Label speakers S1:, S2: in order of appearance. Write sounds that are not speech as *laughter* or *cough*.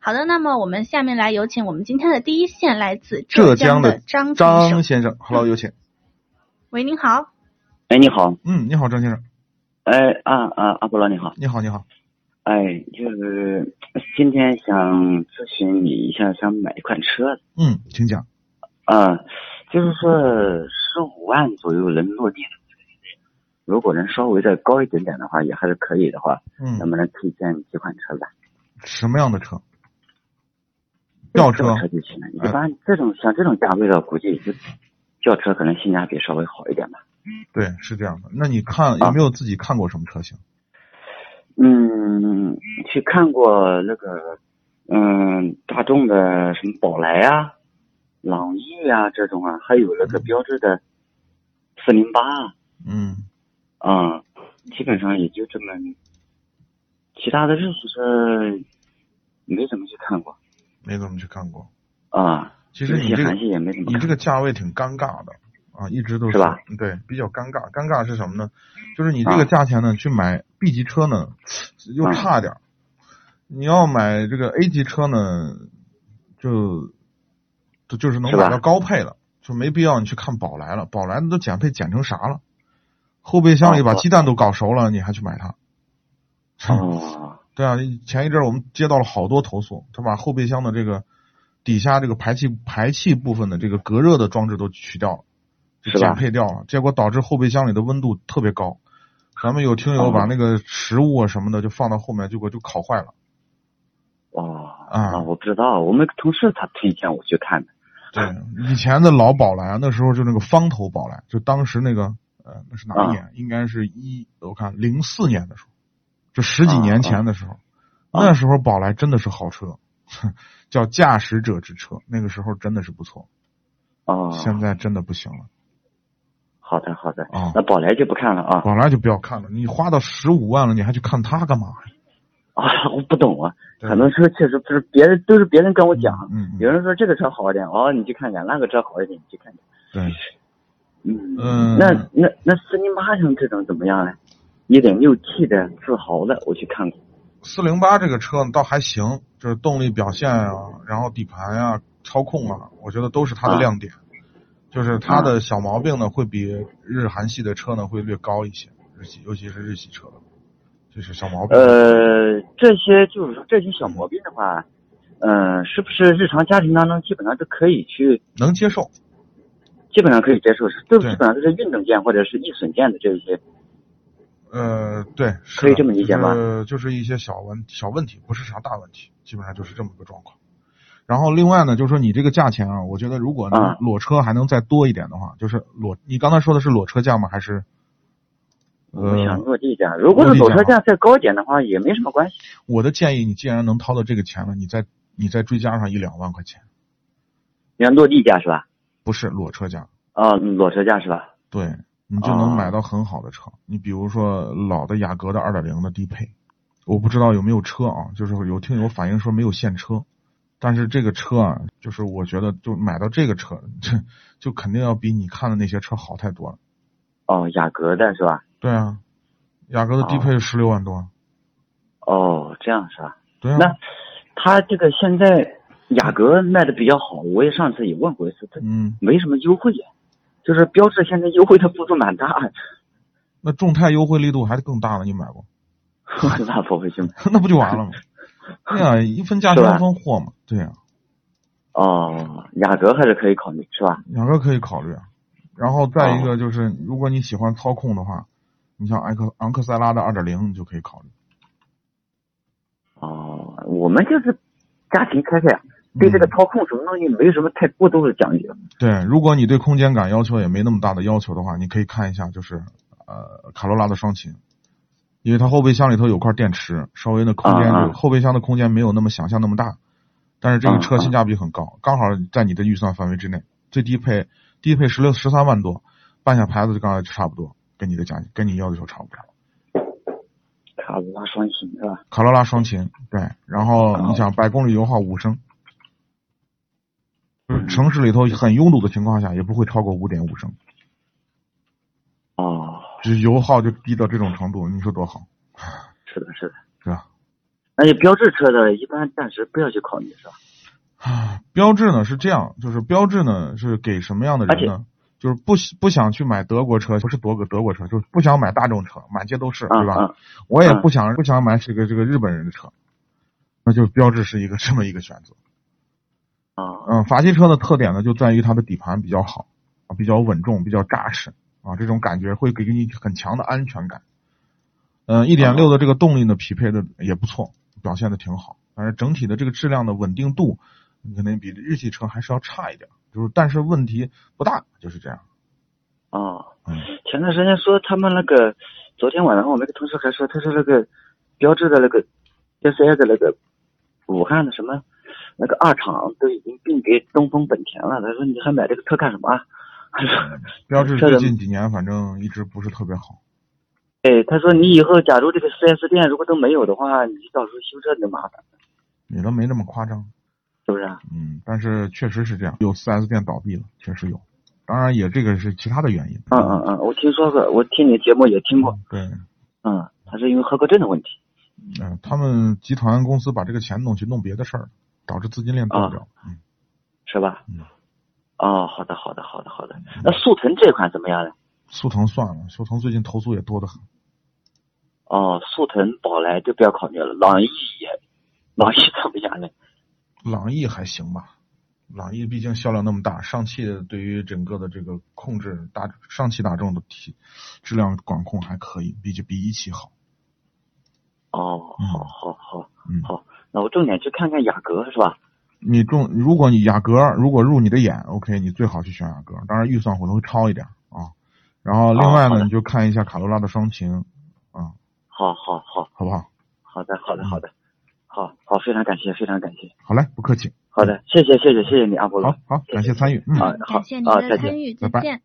S1: 好的，那么我们下面来有请我们今天的第一线，来自
S2: 浙
S1: 江
S2: 江
S1: 的
S2: 的
S1: 张先
S2: 张
S1: 生。
S2: 先生，Hello，有嗯请。
S1: 喂，您好。
S3: 哎，你好，
S2: 嗯，你好，张先生，
S3: 哎啊啊，阿波罗你好，
S2: 你好，你好。
S3: 哎，就是今天想咨询你一下，想买一款车子
S2: 嗯，请讲。
S3: 啊、就是说十五万左右能落地的，如果能稍微再高一点点的话，也还是可以的话，能
S2: 嗯，
S3: 不能推荐几款车吧？
S2: 什么样的车？轿嗯车
S3: 这种车就行了。一般这种像这种价位的，估计就轿车可能性价比稍微好一点吧。
S2: 对，是这样的。那你看有没有自己看过什么车型？
S3: 嗯，去看过那个，嗯，大众的什么宝来啊、朗逸啊这种啊，还有那个标志的四零八啊，
S2: 嗯
S3: 嗯，基本上也就这么，其他的日系车没怎么去看过
S2: 没怎么去看过。
S3: 啊，
S2: 其实你
S3: 日系
S2: 这个
S3: 韩系也没怎么
S2: 你
S3: 看
S2: 这个价位挺尴尬的啊，一直都
S3: 是吧？
S2: 对，比较尴尬。尴尬是什么呢？就是你这个
S3: 啊
S2: 价钱呢，去买 B 级车呢，又
S3: 嗯
S2: 差点儿。你要买这个 A 级车呢，就就就是能
S3: 是吧
S2: 买到高配了，就没必要你去看宝来了。宝来的都减配减成啥了？后备箱里把
S3: 哦
S2: 鸡蛋都搞熟了，你还去买它？
S3: 哦，
S2: 对啊，前一阵儿我们接到了好多投诉，他把后备箱的这个底下这个排气排气部分的这个隔热的装置都取掉了，就是
S3: 吧
S2: 减配掉了，结果导致后备箱里的温度特别高。咱们有听友
S3: 哦
S2: 把那个食物啊什么的就放到后面，结果就烤坏了。
S3: 哦
S2: 啊
S3: 我不知道，我们同事他推荐我去看的，
S2: 对，以前的老宝来，啊那时候就那个方头宝来，就当时那个呃，那是哪一
S3: 啊
S2: 年？应该是一我看零四年的时候，就十几
S3: 啊
S2: 年
S3: 啊
S2: 前的时候，
S3: 啊
S2: 那时候宝来真的是好车， *laughs* 叫驾驶者之车，那个时候真的是不错，
S3: 哦，
S2: 现在真的不行了。
S3: 好的好的，
S2: 啊
S3: 那宝来就不看了啊。
S2: 宝来就不要看了，你花到十五万了，你还去看它干嘛呀？
S3: 啊，我不懂啊，
S2: 对
S3: 很多车确实不是别人都是别人跟我讲，
S2: 嗯嗯
S3: 有人说这个车好一点，哦，你去看看，那个车好一点，你去看看。
S2: 对，
S3: 嗯，
S2: 嗯
S3: 那那那四零八像这种怎么样呢？一点六 T 的自豪的，我去看过。
S2: 四零八这个车呢倒还行，就是动力表现啊，然后底盘啊、操控啊，我觉得都是它的
S3: 啊
S2: 亮点。就是它的小毛病呢，会比日韩系的车呢会略高一些，日系尤其是日系车，就是小毛病。
S3: 呃，这些就是说这些小毛病的话，嗯、是不是日常家庭当中基本上都可以去，
S2: 能接受，
S3: 基本上可以接受，是都
S2: 对
S3: 基本上都是运动件或者是易损件的这一些。
S2: 呃，对，是
S3: 可以
S2: 的
S3: 这么理解吗
S2: 就是就是一些小问小问题，不是啥大问题，基本上就是这么个状况。然后另外呢，就是说你这个价钱啊，我觉得如果能
S3: 啊
S2: 裸车还能再多一点的话，就是裸，你刚才说的是裸车价吗？还是？
S3: 我
S2: 呃，
S3: 想落地价，如果是
S2: 落
S3: 裸
S2: 地价
S3: 车价再高一点的话，也没什么关系。
S2: 我的建议，你既然能掏到这个钱了，你再你再追加上一两万块钱，
S3: 你看落地价是吧？
S2: 不是裸车价，
S3: 啊、裸车价是吧？
S2: 对你就能
S3: 啊
S2: 买到很好的车。你比如说老的雅阁的二点零的低配，我不知道有没有车啊，就是有听友反映说没有现车，但是这个车啊，就是我觉得就买到这个车，这就肯定要比你看的那些车好太多了。
S3: 哦，雅阁的是吧？
S2: 对啊，雅阁的低配十六万多，
S3: 哦，这样是吧？
S2: 对啊
S3: 那，它这个现在雅阁卖的比较好，我也上次也问过一次，它
S2: 嗯，
S3: 没什么优惠呀，啊就是标致现在优惠的幅度蛮大的，
S2: 那众泰优惠力度还是更大了，你买过？ *laughs*
S3: 我那不会去买。
S2: 那不就完了
S3: *laughs*
S2: 吗？对啊，一分价钱
S3: 是吧
S2: 一分货嘛，对啊呀、
S3: 哦，雅阁还是可以考虑是吧？
S2: 雅阁可以考虑。然后再
S3: 哦
S2: 一个就是，如果你喜欢操控的话，你像昂克昂克赛拉的二点零，你就可以考虑。
S3: 哦，我们就是家庭开开，对这个
S2: 嗯
S3: 操控什么东西没有什么太过多的讲究。
S2: 对，如果你对空间感要求也没那么大的要求的话，你可以看一下就是呃卡罗拉的双擎，因为它后备箱里头有块电池，稍微的空间就、
S3: 啊啊
S2: 后备箱的空间没有那么想象那么大，但是这个
S3: 啊
S2: 车
S3: 啊
S2: 性价比很高，刚好在你的预算范围之内，最低配低配十六十三万多，办下牌子就刚才就差不多，跟你的价跟你要的就差不多。
S3: 卡罗拉双擎是吧？
S2: 卡罗拉双擎，对，然后你想百公里油耗五升，就是城市里头很拥堵的情况下，也不会超过五点五升，
S3: 哦，
S2: 就是油耗就低到这种程度，你说多好，
S3: 是的，是的。
S2: 是吧？
S3: 那些标志车的，一般暂时不要去考虑，是吧？
S2: 啊，标志呢是这样，就是标志呢是给什么样的人呢？就是不喜不想去买德国车，不是德国德国车，就是不想买大众车，满街都是，
S3: 嗯
S2: 对吧？
S3: 嗯
S2: 我也
S3: 嗯
S2: 不想不想买这个这个日本人的车，那就标志是一个这么一个选择。
S3: 啊
S2: 嗯，法系车的特点呢，就在于它的底盘比较好，啊，比较稳重，比较扎实啊，这种感觉会给你很强的安全感。嗯，一点六的这个动力呢，匹配的也不错，表现的挺好，但是整体的这个质量的稳定度，可能比日系车还是要差一点，就是但是问题不大，就是这样。
S3: 啊
S2: 嗯！
S3: 前段时间说他们那个，昨天晚上我那个同事还说，他说那个标志的那个 DCI 的那个武汉的什么那个二厂都已经并给东风本田了，他说你还买这个车干什么啊？他说，
S2: 嗯标致
S3: 这
S2: 最
S3: 个
S2: 近几年反正一直不是特别好，
S3: 哎，他说你以后假如这个 4S 店如果都没有的话，你到时候修车你就麻烦，
S2: 也都没那么夸张。
S3: 是不是啊？
S2: 嗯，但是确实是这样，有 4S 店倒闭了，确实有。当然也这个是其他的原因。
S3: 嗯嗯嗯，我听说过，我听你节目也听过，
S2: 对，
S3: 嗯，他是因为合格证的问题。
S2: 嗯、他们集团公司把这个钱弄去弄别的事儿，导致资金链断掉。
S3: 啊
S2: 嗯，
S3: 是吧？
S2: 嗯。
S3: 哦，好的，好的，好的，好的。那速腾这款怎么样呢？
S2: 速腾算了，速腾最近投诉也多得很。
S3: 哦，速腾、宝来就不要考虑了，朗逸也，朗逸怎么样呢？
S2: 朗逸还行吧，朗逸毕竟销量那么大，上汽对于整个的这个控制大上汽大众的体质量管控还可以，比比一汽好。
S3: 哦，
S2: 嗯
S3: 好好好，
S2: 嗯，
S3: 好，那我重点去看看雅阁是吧？
S2: 你中，如果你雅阁如果入你的眼，OK，你最好去选雅阁，当然预算可能会超一点啊。然后另外
S3: 啊好
S2: 呢，
S3: 的
S2: 你就看一下卡罗拉的双擎，啊，
S3: 好好好，
S2: 好不好？
S3: 好的，好的，
S2: 嗯
S3: 好的，好好，非常感谢，非常感谢。
S2: 好嘞，不客气。
S3: 好的，谢谢，谢谢，谢谢你，阿波罗。
S2: 嗯好好，感谢参与。嗯，
S3: 啊，好
S1: 感谢您
S3: 啊，
S1: 的
S3: 再见。
S1: 参与，
S2: 拜
S1: 再
S2: 拜
S1: 见。